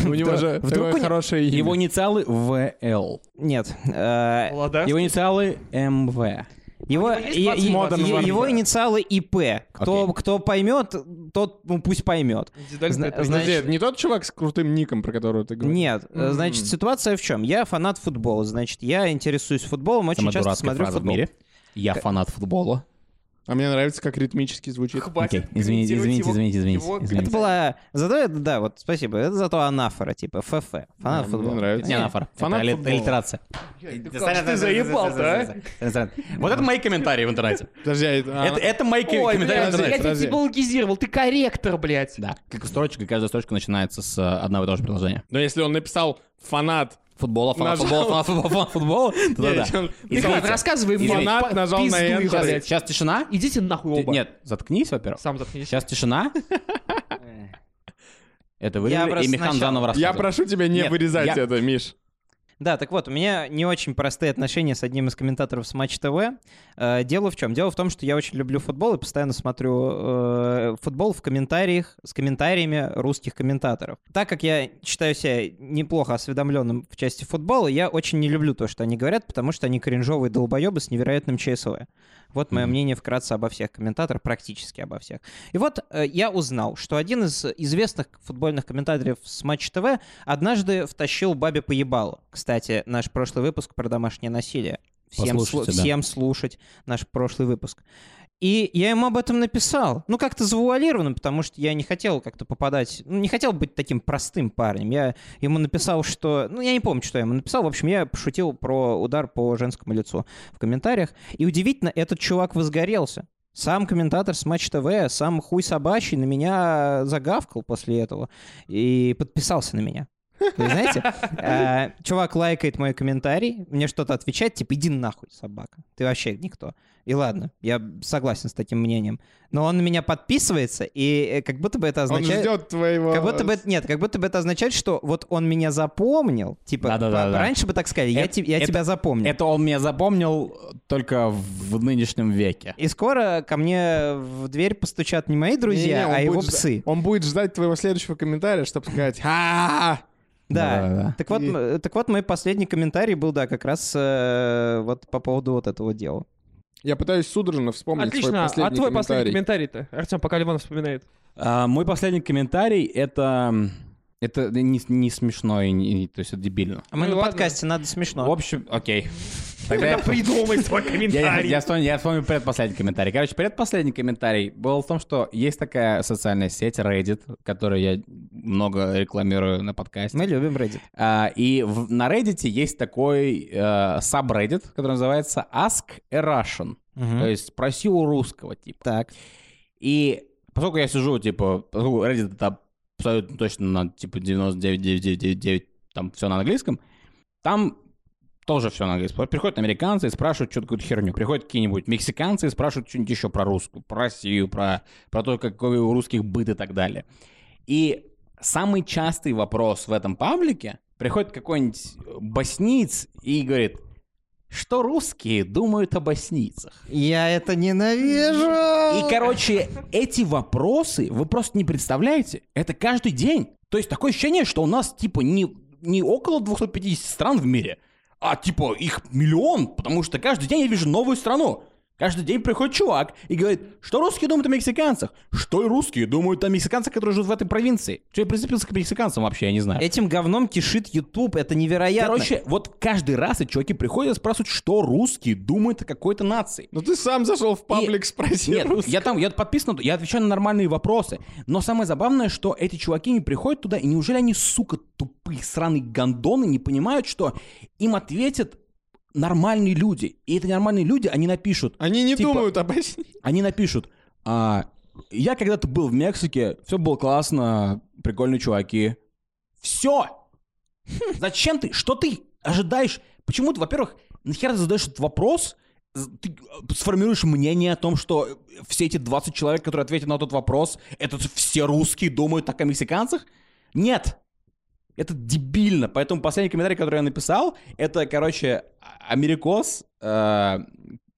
[SPEAKER 8] У него же
[SPEAKER 5] вдруг
[SPEAKER 8] э,
[SPEAKER 5] у не-
[SPEAKER 8] хорошее имя.
[SPEAKER 4] Его инициалы ВЛ.
[SPEAKER 5] Нет. э,
[SPEAKER 4] Его инициалы МВ.
[SPEAKER 5] Его,
[SPEAKER 7] есть
[SPEAKER 5] е- е-
[SPEAKER 7] 20
[SPEAKER 8] модерн
[SPEAKER 5] е-
[SPEAKER 8] вариант?
[SPEAKER 5] его инициалы ИП. Кто,
[SPEAKER 4] Окей.
[SPEAKER 5] кто поймет, тот ну, пусть поймет. Зна-
[SPEAKER 8] Подожди,
[SPEAKER 5] значит-
[SPEAKER 8] это не тот чувак с крутым ником, про которого ты говоришь?
[SPEAKER 5] Нет, э, значит, ситуация в чем? Я фанат футбола, значит, я интересуюсь футболом, очень
[SPEAKER 4] Самая
[SPEAKER 5] часто
[SPEAKER 4] дурацкая
[SPEAKER 5] смотрю
[SPEAKER 4] фраза в
[SPEAKER 5] футбол.
[SPEAKER 4] мире. Я фанат футбола.
[SPEAKER 8] А мне нравится, как ритмически звучит.
[SPEAKER 4] Окей, извините, извините, извините, извините, извините.
[SPEAKER 5] Это была... Зато это, да, вот, спасибо. Это зато анафора, типа, ФФ.
[SPEAKER 8] Да,
[SPEAKER 5] Фанат футбола.
[SPEAKER 8] Мне нравится.
[SPEAKER 4] Не, нафар.
[SPEAKER 8] Фанат
[SPEAKER 4] это
[SPEAKER 8] футбола.
[SPEAKER 4] Иллюстрация.
[SPEAKER 7] ты заебал-то, а?
[SPEAKER 4] Вот это мои комментарии в интернете.
[SPEAKER 8] Подожди, а это- а-
[SPEAKER 4] Это, это мои ки-
[SPEAKER 7] Ой,
[SPEAKER 4] комментарии в
[SPEAKER 7] блядь, я
[SPEAKER 4] интернете.
[SPEAKER 7] тебя
[SPEAKER 8] Подожди.
[SPEAKER 7] дебологизировал, ты корректор, блядь.
[SPEAKER 4] Да, как строчка, и каждая строчка начинается с э, одного и того же предложения.
[SPEAKER 8] Но если он написал фанат,
[SPEAKER 4] Футбола, фанат
[SPEAKER 8] Нажал.
[SPEAKER 4] футбола, фанат футбола, фанат футбола, то
[SPEAKER 8] Не,
[SPEAKER 4] да.
[SPEAKER 8] если он
[SPEAKER 7] Михаил, рассказывай мне.
[SPEAKER 4] Извините.
[SPEAKER 7] по-
[SPEAKER 8] фанат нажал на
[SPEAKER 7] пизду их,
[SPEAKER 8] Enter.
[SPEAKER 7] блядь.
[SPEAKER 4] Сейчас тишина.
[SPEAKER 7] Идите нахуй
[SPEAKER 4] Ты-
[SPEAKER 7] оба.
[SPEAKER 4] Нет, заткнись, во-первых.
[SPEAKER 7] Сам заткнись.
[SPEAKER 4] Сейчас [laughs] тишина. Это вырезали, и
[SPEAKER 5] просто
[SPEAKER 4] Михан
[SPEAKER 5] сначала-
[SPEAKER 4] заново
[SPEAKER 8] Я
[SPEAKER 4] рассказывает.
[SPEAKER 8] прошу тебя не
[SPEAKER 4] Нет,
[SPEAKER 8] вырезать
[SPEAKER 4] я-
[SPEAKER 8] это, Миш.
[SPEAKER 5] Да, так вот, у меня не очень простые отношения с одним из комментаторов с Матч ТВ. Э, Дело в чем? Дело в том, что я очень люблю футбол и постоянно смотрю э, футбол в комментариях с комментариями русских комментаторов. Так как я считаю себя неплохо осведомленным в части футбола, я очень не люблю то, что они говорят, потому что они кринжовые долбоебы с невероятным ЧСВ. Вот мое
[SPEAKER 4] Мгм.
[SPEAKER 5] мнение вкратце обо всех комментаторах, практически обо всех. И вот э, я узнал, что один из известных футбольных комментаторов с Матч ТВ однажды втащил бабе поебалу. Кстати, наш прошлый выпуск про домашнее насилие. Всем, слу-
[SPEAKER 4] Послушайте, да.
[SPEAKER 5] всем слушать наш прошлый выпуск. И я ему об этом написал. Ну, как-то завуалированно, потому что я не хотел как-то попадать... Ну, не хотел быть таким простым парнем. Я ему написал, что... Ну, я не помню, что я ему написал. В общем, я пошутил про удар по женскому лицу в комментариях. И удивительно, этот чувак возгорелся. Сам комментатор с Матч ТВ, сам хуй собачий на меня загавкал после этого и подписался на меня. Вы
[SPEAKER 3] [laughs]
[SPEAKER 5] знаете, э, чувак лайкает мой комментарий, мне что-то отвечает, типа, иди нахуй, собака, ты вообще никто. И ладно, я согласен с таким мнением. Но он на меня подписывается, и э, как будто бы это
[SPEAKER 3] Он э,
[SPEAKER 5] означает...
[SPEAKER 3] ждет твоего...
[SPEAKER 5] Как будто бы это- нет, как будто бы это означает, что вот он меня запомнил. Типа,
[SPEAKER 4] Да-да-да-да.
[SPEAKER 5] ба- раньше бы так сказали, я,
[SPEAKER 4] Это-
[SPEAKER 5] те- я
[SPEAKER 4] это-
[SPEAKER 5] тебя запомнил.
[SPEAKER 4] Это он меня запомнил только в нынешнем веке.
[SPEAKER 5] И скоро ко мне в дверь постучат не мои друзья,
[SPEAKER 3] Не-не, он
[SPEAKER 5] а его
[SPEAKER 3] будет жда-
[SPEAKER 5] псы.
[SPEAKER 3] Он будет ждать твоего следующего комментария, чтобы сказать «Ха-ха-ха!»
[SPEAKER 5] Да.
[SPEAKER 4] Да-да-да.
[SPEAKER 5] Так вот,
[SPEAKER 3] И-
[SPEAKER 5] м- так вот, мой последний комментарий был, да, как раз э, вот по поводу вот этого дела.
[SPEAKER 3] Я пытаюсь судорожно вспомнить свой
[SPEAKER 7] Отлично, а
[SPEAKER 3] последний
[SPEAKER 7] твой последний
[SPEAKER 3] комментарий.
[SPEAKER 7] комментарий-то? Артем, пока Лимон вспоминает.
[SPEAKER 4] А, мой последний комментарий это это не, не смешно и не- то есть это дебильно.
[SPEAKER 5] А мы
[SPEAKER 7] Ну
[SPEAKER 5] на
[SPEAKER 7] ладно.
[SPEAKER 5] подкасте, надо
[SPEAKER 4] В
[SPEAKER 5] смешно.
[SPEAKER 4] общем, окей. Тогда я-
[SPEAKER 7] Придумай свой
[SPEAKER 4] [laughs] я,
[SPEAKER 7] комментарий.
[SPEAKER 4] я, вспомню, я вспомню предпоследний комментарий. Короче, предпоследний комментарий был в том, что есть такая социальная сеть Reddit, которую я много рекламирую на подкасте.
[SPEAKER 5] Мы любим Reddit.
[SPEAKER 4] А, и в- на Reddit есть такой э, subreddit, который называется Ask a Russian. То есть спроси у русского, типа.
[SPEAKER 5] Так.
[SPEAKER 4] И поскольку я сижу, типа, поскольку Reddit это абсолютно точно на, типа, 99,999, там все на английском, там тоже все на английском. Вот Приходят американцы и спрашивают что-то какую-то херню. Приходят какие-нибудь мексиканцы и спрашивают что-нибудь еще про русскую, про Россию, про, про то, какой у русских быт и так далее. И самый частый вопрос в этом паблике приходит какой-нибудь э, боснийц и говорит, что русские думают о боснийцах?
[SPEAKER 5] Я это ненавижу!
[SPEAKER 4] И, короче, эти вопросы вы просто не представляете. Это каждый день. То есть такое ощущение, что у нас, типа, не, не около 250 стран в мире, а, типа, их миллион, потому что каждый день я вижу новую страну. Каждый день приходит чувак и говорит, что русские думают о мексиканцах, что и русские думают о мексиканцах, которые живут в этой провинции. Что я прицепился к мексиканцам вообще, я не знаю.
[SPEAKER 5] Этим говном тишит YouTube, это невероятно.
[SPEAKER 4] Короче, вот каждый раз и чуваки приходят и спрашивают, что русские думают о какой-то нации.
[SPEAKER 3] Ну ты сам зашел в паблик, спросил.
[SPEAKER 4] Нет, ну, я там, я подписан, я отвечаю на нормальные вопросы. Но самое забавное, что эти чуваки не приходят туда, и неужели они, сука, тупые, сраные гондоны, не понимают, что им ответят нормальные люди. И эти нормальные люди, они напишут,
[SPEAKER 3] Они не
[SPEAKER 4] Типа-
[SPEAKER 3] думают об этом.
[SPEAKER 4] они напишут, «А, я когда-то был в Мексике, все было классно, прикольные чуваки. Все! Зачем ты? Что ты ожидаешь? Почему ты, во-первых, нахер ты задаешь этот вопрос, З- ты э, сформируешь мнение о том, что э, все эти 20 человек, которые ответят на тот вопрос, это все русские думают так о мексиканцах? Нет! Это дебильно. Поэтому последний комментарий, который я написал, это, короче, а- Америкос э,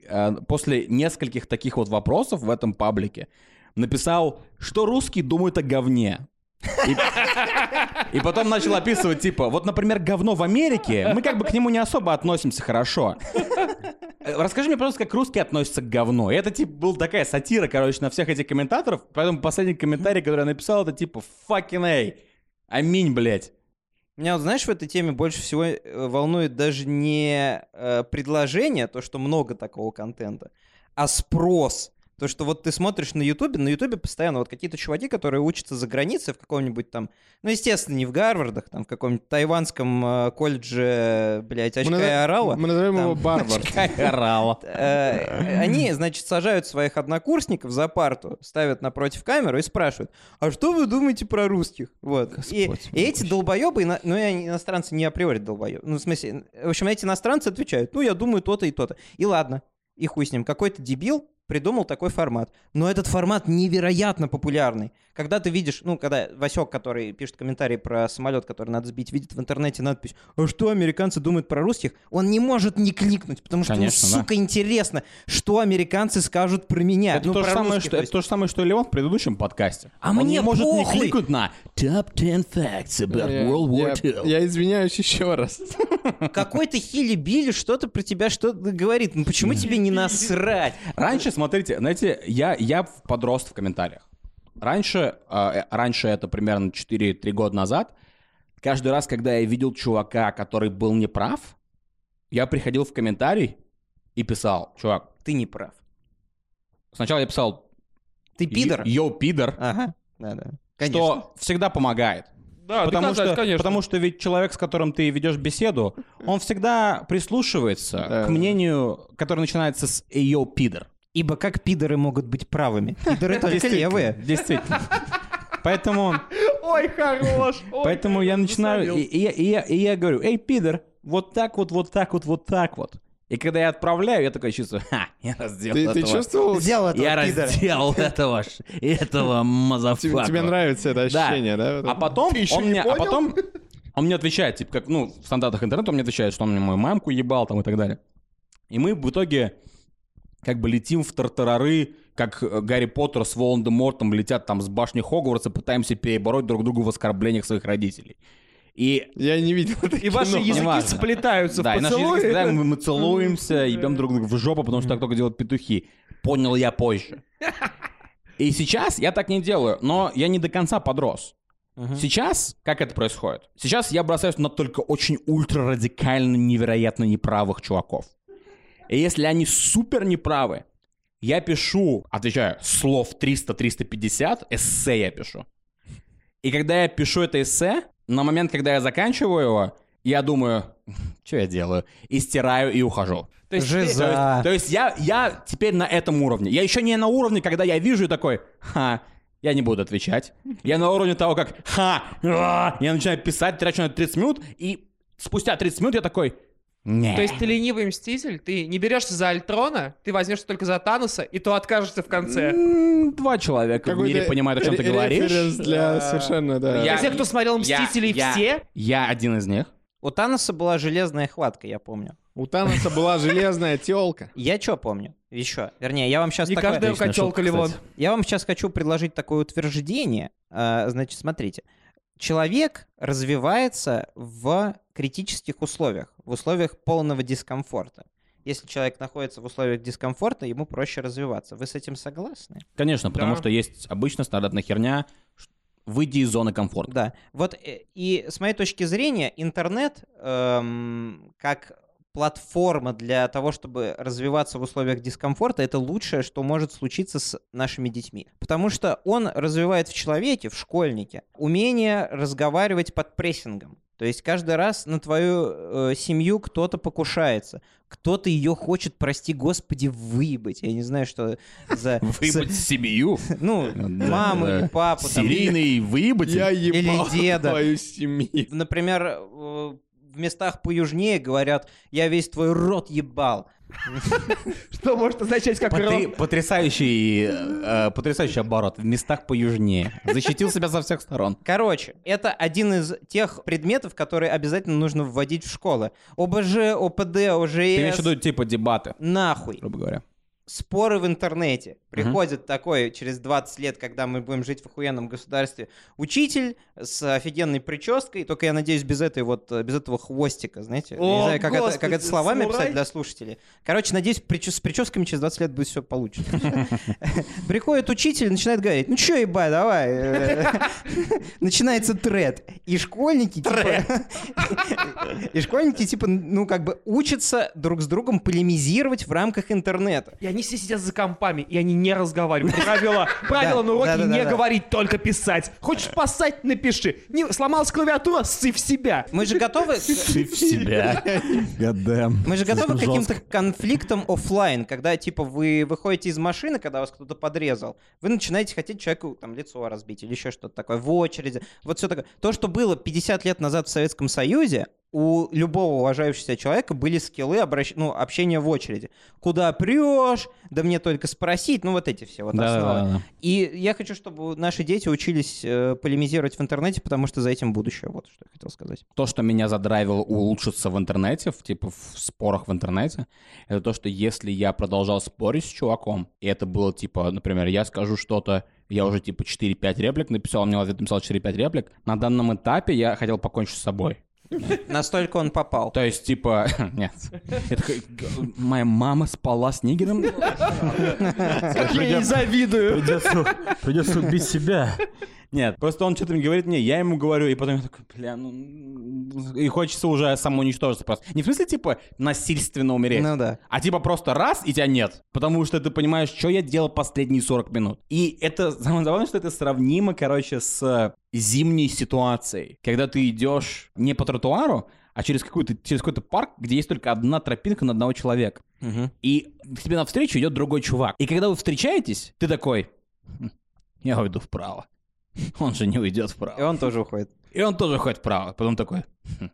[SPEAKER 4] э, после нескольких таких вот вопросов в этом паблике написал, что русские думают о говне. И, и потом начал описывать, типа, вот, например, говно в Америке, мы как бы к нему не особо относимся хорошо. Э, Расскажи мне, пожалуйста, как русские относятся к говну. И это, типа, была такая сатира, короче, на всех этих комментаторов. Поэтому последний комментарий, который я написал, это, типа, fucking эй, аминь, блядь.
[SPEAKER 5] Меня вот, знаешь, в этой теме больше всего э, волнует даже не э, предложение, то, что много такого контента, а спрос. То, что вот ты смотришь на Ютубе, на Ютубе постоянно вот какие-то чуваки, которые учатся за границей в каком-нибудь там, ну, естественно, не в Гарвардах, там, в каком-нибудь тайванском э, колледже, блядь, очка и орала.
[SPEAKER 3] Мы назовем его [laughs]
[SPEAKER 5] Там.
[SPEAKER 3] Барбар.
[SPEAKER 4] [laughs] Какая орала.
[SPEAKER 5] Э, Они, значит, сажают своих однокурсников за парту, ставят напротив камеру и спрашивают, а что вы думаете про русских? Вот. И,
[SPEAKER 4] Господь
[SPEAKER 5] и эти долбоебы, ино- ну, и они- иностранцы не априори долбоебы. Ну, в смысле, в общем, эти иностранцы отвечают, ну, я думаю то-то и то-то. И ладно, и хуй с ним. Какой-то дебил придумал такой формат. Но этот формат невероятно популярный. Когда ты видишь, ну, когда Васек, который пишет комментарий про самолет, который надо сбить, видит в интернете надпись «А что американцы думают про русских?», он не может не кликнуть, потому что ему,
[SPEAKER 4] Конечно, да.
[SPEAKER 5] сука, интересно, что американцы скажут про меня.
[SPEAKER 4] Это,
[SPEAKER 5] Ну,
[SPEAKER 4] то же
[SPEAKER 5] про
[SPEAKER 4] самое,
[SPEAKER 5] русских,
[SPEAKER 4] что,
[SPEAKER 5] то
[SPEAKER 4] это то же самое, что и Леон в предыдущем подкасте.
[SPEAKER 5] А
[SPEAKER 4] Он
[SPEAKER 5] мне
[SPEAKER 4] не может не
[SPEAKER 5] похуй. Э,
[SPEAKER 4] кликнуть на Top 10 Facts about
[SPEAKER 3] Я-
[SPEAKER 4] World War
[SPEAKER 3] я-
[SPEAKER 4] II.
[SPEAKER 3] Я извиняюсь еще раз.
[SPEAKER 5] есть Какой-то хили-били что-то про тебя что-то говорит. Ну почему тебе не насрать?
[SPEAKER 4] Раньше, смотрите, знаете, я, я в- подрос в комментариях. Раньше, э, э, раньше это примерно 4-3 года назад, каждый раз, когда я видел чувака, который был неправ, я приходил в комментарий и писал, чувак,
[SPEAKER 5] Ты не прав.
[SPEAKER 4] сначала я писал
[SPEAKER 5] Ты пидор?
[SPEAKER 4] «Йоу, пидор»,
[SPEAKER 5] Ага, да-да. Конечно.
[SPEAKER 4] что всегда помогает.
[SPEAKER 7] Да,
[SPEAKER 4] потому,
[SPEAKER 7] А, доказать,
[SPEAKER 4] что,
[SPEAKER 7] конечно.
[SPEAKER 4] потому что ведь человек, с которым ты ведешь беседу, он всегда прислушивается
[SPEAKER 3] Да.
[SPEAKER 4] к мнению, которое начинается с «Йоу, пидор».
[SPEAKER 5] Ибо как пидоры могут быть
[SPEAKER 4] [laughs]
[SPEAKER 5] правыми? Пидоры только
[SPEAKER 4] Действительно,
[SPEAKER 5] левые.
[SPEAKER 4] Действительно. Поэтому,
[SPEAKER 7] Ой, хорош. ой,
[SPEAKER 4] поэтому я
[SPEAKER 7] хорош,
[SPEAKER 4] начинаю, и,
[SPEAKER 7] засадил.
[SPEAKER 4] и я- и я, и я говорю, эй, пидор, вот так вот, вот так вот, вот так вот. И когда я отправляю, я такой чувствую, ха, я разделал
[SPEAKER 3] Ты ты
[SPEAKER 4] этого.
[SPEAKER 3] чувствовал? Тебе
[SPEAKER 5] Сделал этого
[SPEAKER 4] я
[SPEAKER 5] пидора.
[SPEAKER 4] разделал этого, ш- этого мазафака.
[SPEAKER 3] тебе нравится это
[SPEAKER 4] Да.
[SPEAKER 3] ощущение, да?
[SPEAKER 4] А потом
[SPEAKER 3] Ты еще
[SPEAKER 4] он
[SPEAKER 3] не
[SPEAKER 4] мне, а
[SPEAKER 3] понял?
[SPEAKER 4] потом он мне отвечает, типа, как, ну, в стандартах интернета он мне отвечает, что он мне мою мамку ебал там и так далее. И мы в итоге как бы летим в тартарары, как э, Гарри Поттер с Волан-де-Мортом летят там с башни Хогвартса, пытаемся перебороть друг друга в оскорблениях своих родителей. И
[SPEAKER 3] Я не видел это
[SPEAKER 7] И ваши
[SPEAKER 3] кино.
[SPEAKER 7] языки
[SPEAKER 4] ну, неважно.
[SPEAKER 7] сплетаются
[SPEAKER 4] да,
[SPEAKER 7] в
[SPEAKER 4] и наши
[SPEAKER 7] поцелуи.
[SPEAKER 4] языки страдают, мы, мы целуемся, ебем друг друга в жопу, потому что так только делают петухи. Понял я позже. И сейчас я так не делаю, но я не до конца подрос. Сейчас, как это происходит? Сейчас я бросаюсь на только очень ультрарадикально невероятно неправых чуваков. И если они супер неправы, я пишу, отвечаю, слов 300-350, эссе я пишу. И когда я пишу это эссе, на момент, когда я заканчиваю его, я думаю, что я делаю? И стираю, и ухожу.
[SPEAKER 7] То есть ты-
[SPEAKER 5] Жиза.
[SPEAKER 4] То есть, то есть я, я теперь на этом уровне. Я еще не на уровне, когда я вижу и такой, ха, я не буду отвечать. Я на уровне того, как ха, а», я начинаю писать, трачу на это 30 минут, и спустя 30 минут я такой, не.
[SPEAKER 7] То есть ты ленивый мститель, ты не берешься за Альтрона, ты возьмешься только за Таноса, и то откажешься в конце.
[SPEAKER 4] М, Два человека в
[SPEAKER 3] Какой-то
[SPEAKER 4] мире понимают, о чем ты
[SPEAKER 3] ре- референс
[SPEAKER 4] говоришь.
[SPEAKER 3] для совершенно, да.
[SPEAKER 4] Я-
[SPEAKER 7] Все, кто смотрел
[SPEAKER 4] я-
[SPEAKER 7] Мстителей
[SPEAKER 4] я-
[SPEAKER 7] все,
[SPEAKER 4] Я один из них.
[SPEAKER 5] У Таноса была железная хватка, я помню.
[SPEAKER 3] У Таноса была железная телка.
[SPEAKER 5] Я что помню? Еще. Вернее, я вам сейчас
[SPEAKER 7] не
[SPEAKER 5] такое-
[SPEAKER 7] каждая рука челка, Ливон.
[SPEAKER 5] Я вам сейчас хочу предложить такое утверждение. А, Значит, смотрите. Человек развивается в критических условиях, в условиях полного дискомфорта. Если человек находится в условиях дискомфорта, ему проще развиваться. Вы с этим согласны?
[SPEAKER 4] Конечно, потому
[SPEAKER 7] Да.
[SPEAKER 4] что есть обычно стандартная херня, ш- выйди из зоны комфорта.
[SPEAKER 5] Да. Вот э, и с моей точки зрения, интернет эм, как платформа для того, чтобы развиваться в условиях дискомфорта, это лучшее, что может случиться с нашими детьми. Потому что он развивает в человеке, в школьнике, умение разговаривать под прессингом. То есть каждый раз на твою э, семью кто-то покушается, кто-то ее хочет, прости господи, выебать. Я не знаю, что за...
[SPEAKER 3] [laughs]
[SPEAKER 4] Выебать семью.
[SPEAKER 5] Ну, маму или
[SPEAKER 4] Да.
[SPEAKER 5] папу. там,
[SPEAKER 4] Серийный
[SPEAKER 3] Я
[SPEAKER 4] выебатель.
[SPEAKER 3] ебал
[SPEAKER 5] Или деда.
[SPEAKER 3] твою семью.
[SPEAKER 5] например, э, в местах поюжнее говорят, я весь твой рот ебал.
[SPEAKER 7] Что может означать, как
[SPEAKER 4] Потри-
[SPEAKER 7] рок?
[SPEAKER 4] Потрясающий, э, э, потрясающий оборот. В местах поюжнее. Защитил себя со всех сторон.
[SPEAKER 5] Короче, это один из тех предметов, которые обязательно нужно вводить в школы. ОБЖ, ОПД,
[SPEAKER 4] Ты имеешь в виду
[SPEAKER 5] ОЖС,
[SPEAKER 4] типа дебаты,
[SPEAKER 5] нахуй.
[SPEAKER 4] грубо говоря.
[SPEAKER 5] Споры в интернете. Приходит такой через 20 лет, когда мы будем жить в охуенном государстве, учитель с офигенной прической, только я надеюсь, без этой вот, э, без этого хвостика, знаете. Я не
[SPEAKER 7] О,
[SPEAKER 5] знаю, как, это, как
[SPEAKER 7] господи,
[SPEAKER 5] это словами
[SPEAKER 7] самурай.
[SPEAKER 5] писать для слушателей. Короче, надеюсь, причес- с прическами через 20 лет будет все
[SPEAKER 7] [laughs]
[SPEAKER 5] получится. Приходит учитель и начинает говорить, ну чё, еба, давай.
[SPEAKER 7] [laughs]
[SPEAKER 5] э». Начинается тред. И школьники типа... [laughs] И школьники типа, ну как бы учатся друг с другом полемизировать в рамках интернета.
[SPEAKER 7] И они все сидят за компами, и они не разговаривают.
[SPEAKER 4] [laughs]
[SPEAKER 7] Правила, правила на уроке
[SPEAKER 5] да-да-да-да.
[SPEAKER 7] не говорить, только писать. Хочешь писать, напиши. Не, сломалась клавиатура, ссы в себя.
[SPEAKER 5] Мы же готовы... к-
[SPEAKER 4] Ты в себя. Гадам.
[SPEAKER 5] Мы же готовы к каким-то конфликтам оффлайн, когда типа вы выходите из машины, когда вас кто-то подрезал, вы начинаете хотеть человеку там лицо разбить или еще что-то такое в очереди. Вот все такое. То, что было 50 лет назад в Советском Союзе, у любого уважающегося человека были скиллы обращ- ну, общения в очереди. Куда прешь? Да мне только спросить. Ну, вот эти все вот основы.
[SPEAKER 4] Да,
[SPEAKER 5] И я хочу, чтобы наши дети учились э, полемизировать в интернете, потому что за этим будущее. Вот что я хотел сказать.
[SPEAKER 4] то, что меня задравило улучшиться в интернете, в, типа в спорах в интернете, это то, что если я продолжал спорить с чуваком, и это было типа, например, я скажу что-то, я уже типа 4-5 реплик написал, мне в ответ написал 4-5 реплик, на данном этапе я хотел покончить с собой.
[SPEAKER 5] Настолько он попал.
[SPEAKER 4] То есть, типа, [laughs] нет. Это как- моя мама спала с нигером?
[SPEAKER 7] Как я ей завидую.
[SPEAKER 4] Придется, убить себя. Нет, просто он что-то мне говорит, не, я ему говорю, и потом я такой, бля, ну... И хочется уже самоуничтожиться просто. Не в смысле, типа, насильственно умереть,
[SPEAKER 5] Ну да.
[SPEAKER 4] а типа просто раз, и тебя нет. Потому что ты понимаешь, что я делал последние 40 минут. И это, самое забавное, что это сравнимо, короче, с зимней ситуацией. Когда ты идешь не по тротуару, а через какой-то через какой-то парк, где есть только одна тропинка на одного человека. И к тебе навстречу идет другой чувак. И когда вы встречаетесь, ты такой, «Хм, я уйду вправо. [laughs] Он же не уйдет
[SPEAKER 5] И
[SPEAKER 4] вправо.
[SPEAKER 5] он тоже уходит.
[SPEAKER 4] И он тоже уходит вправо. Потом такой, «Хм,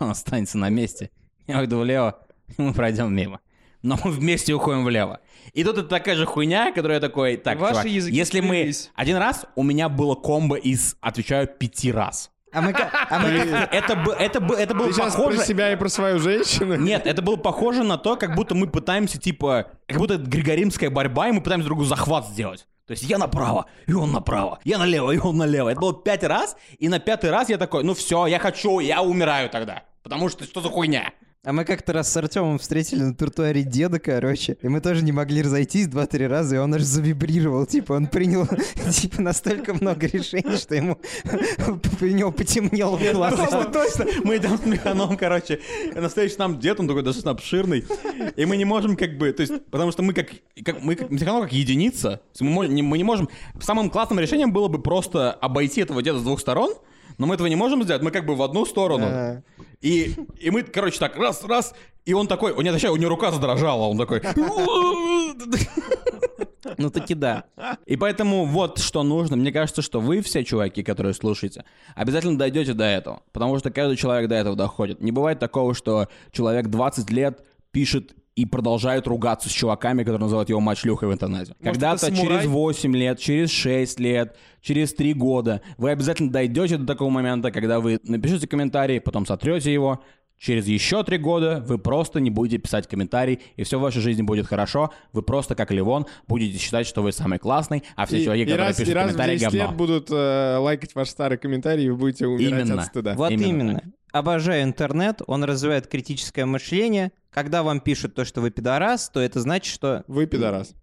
[SPEAKER 4] он останется на месте. Я уйду влево, и мы пройдем мимо. Но мы вместе уходим влево. И тут это такая же хуйня, которая такой, так,
[SPEAKER 7] Ваши
[SPEAKER 4] чувак,
[SPEAKER 7] языки
[SPEAKER 4] если мы...
[SPEAKER 7] сплелись».
[SPEAKER 4] Один раз у меня было комбо из, отвечаю, пяти раз.
[SPEAKER 5] А мы, ка- а мы ка-
[SPEAKER 4] Это, бы- это, бы- это было
[SPEAKER 3] Ты сейчас про
[SPEAKER 4] похоже...
[SPEAKER 3] себя и про свою женщину?
[SPEAKER 4] Нет, это было похоже на то, как будто мы пытаемся, типа, как будто это григоримская борьба, и мы пытаемся другу захват сделать. То есть я направо, и он направо, я налево, и он налево. Это было пять раз, и на пятый раз я такой, ну все, я хочу, я умираю тогда. Потому что что за хуйня?
[SPEAKER 5] А мы как-то раз с Артемом встретили на тротуаре деда, короче, и мы тоже не могли разойтись два-три раза, и он аж завибрировал, типа, он принял, [laughs] типа, настолько много решений, что ему, [laughs] у него потемнело в глазах.
[SPEAKER 4] Ну, Точно, мы идем с механом, короче, настоящий нам дед, он такой достаточно обширный, и мы не можем как бы, то есть, потому что мы как, как мы как механом как единица, То есть мы, мо- не- мы не можем, самым классным решением было бы просто обойти этого деда с двух сторон, но мы этого не можем сделать, мы как бы в одну сторону.
[SPEAKER 5] Да.
[SPEAKER 4] И, и мы, короче, так, раз, раз, и он такой, у него, точнее, у него рука задрожала, он такой...
[SPEAKER 5] Ну таки да.
[SPEAKER 4] И поэтому вот что нужно. Мне кажется, что вы все чуваки, которые слушаете, обязательно дойдете до этого. Потому что каждый человек до этого доходит. Не бывает такого, что человек 20 лет пишет и продолжает ругаться с чуваками, которые называют его мачлюхой в интернете. Когда-то
[SPEAKER 7] это самурай?
[SPEAKER 4] через 8 лет, через 6 лет, через 3 года вы обязательно дойдете до такого момента, когда вы напишите комментарий, потом сотрете его, через еще 3 года вы просто не будете писать комментарий, и все в вашей жизни будет хорошо, вы просто, как Ливон, будете считать, что вы самый классный, а все
[SPEAKER 3] И,
[SPEAKER 4] чуваки,
[SPEAKER 3] и
[SPEAKER 4] которые
[SPEAKER 3] раз, и
[SPEAKER 4] пишут
[SPEAKER 3] раз в
[SPEAKER 4] комментарии,
[SPEAKER 3] 10
[SPEAKER 4] говно.
[SPEAKER 3] лет будут э, лайкать ваш старый комментарий, и вы будете умирать
[SPEAKER 4] Именно.
[SPEAKER 3] от стыда.
[SPEAKER 5] Вот
[SPEAKER 4] Именно.
[SPEAKER 5] именно. Обожаю интернет, он развивает критическое мышление. Когда вам пишут то, что вы пидорас, то это значит, что
[SPEAKER 3] Вы пидорас.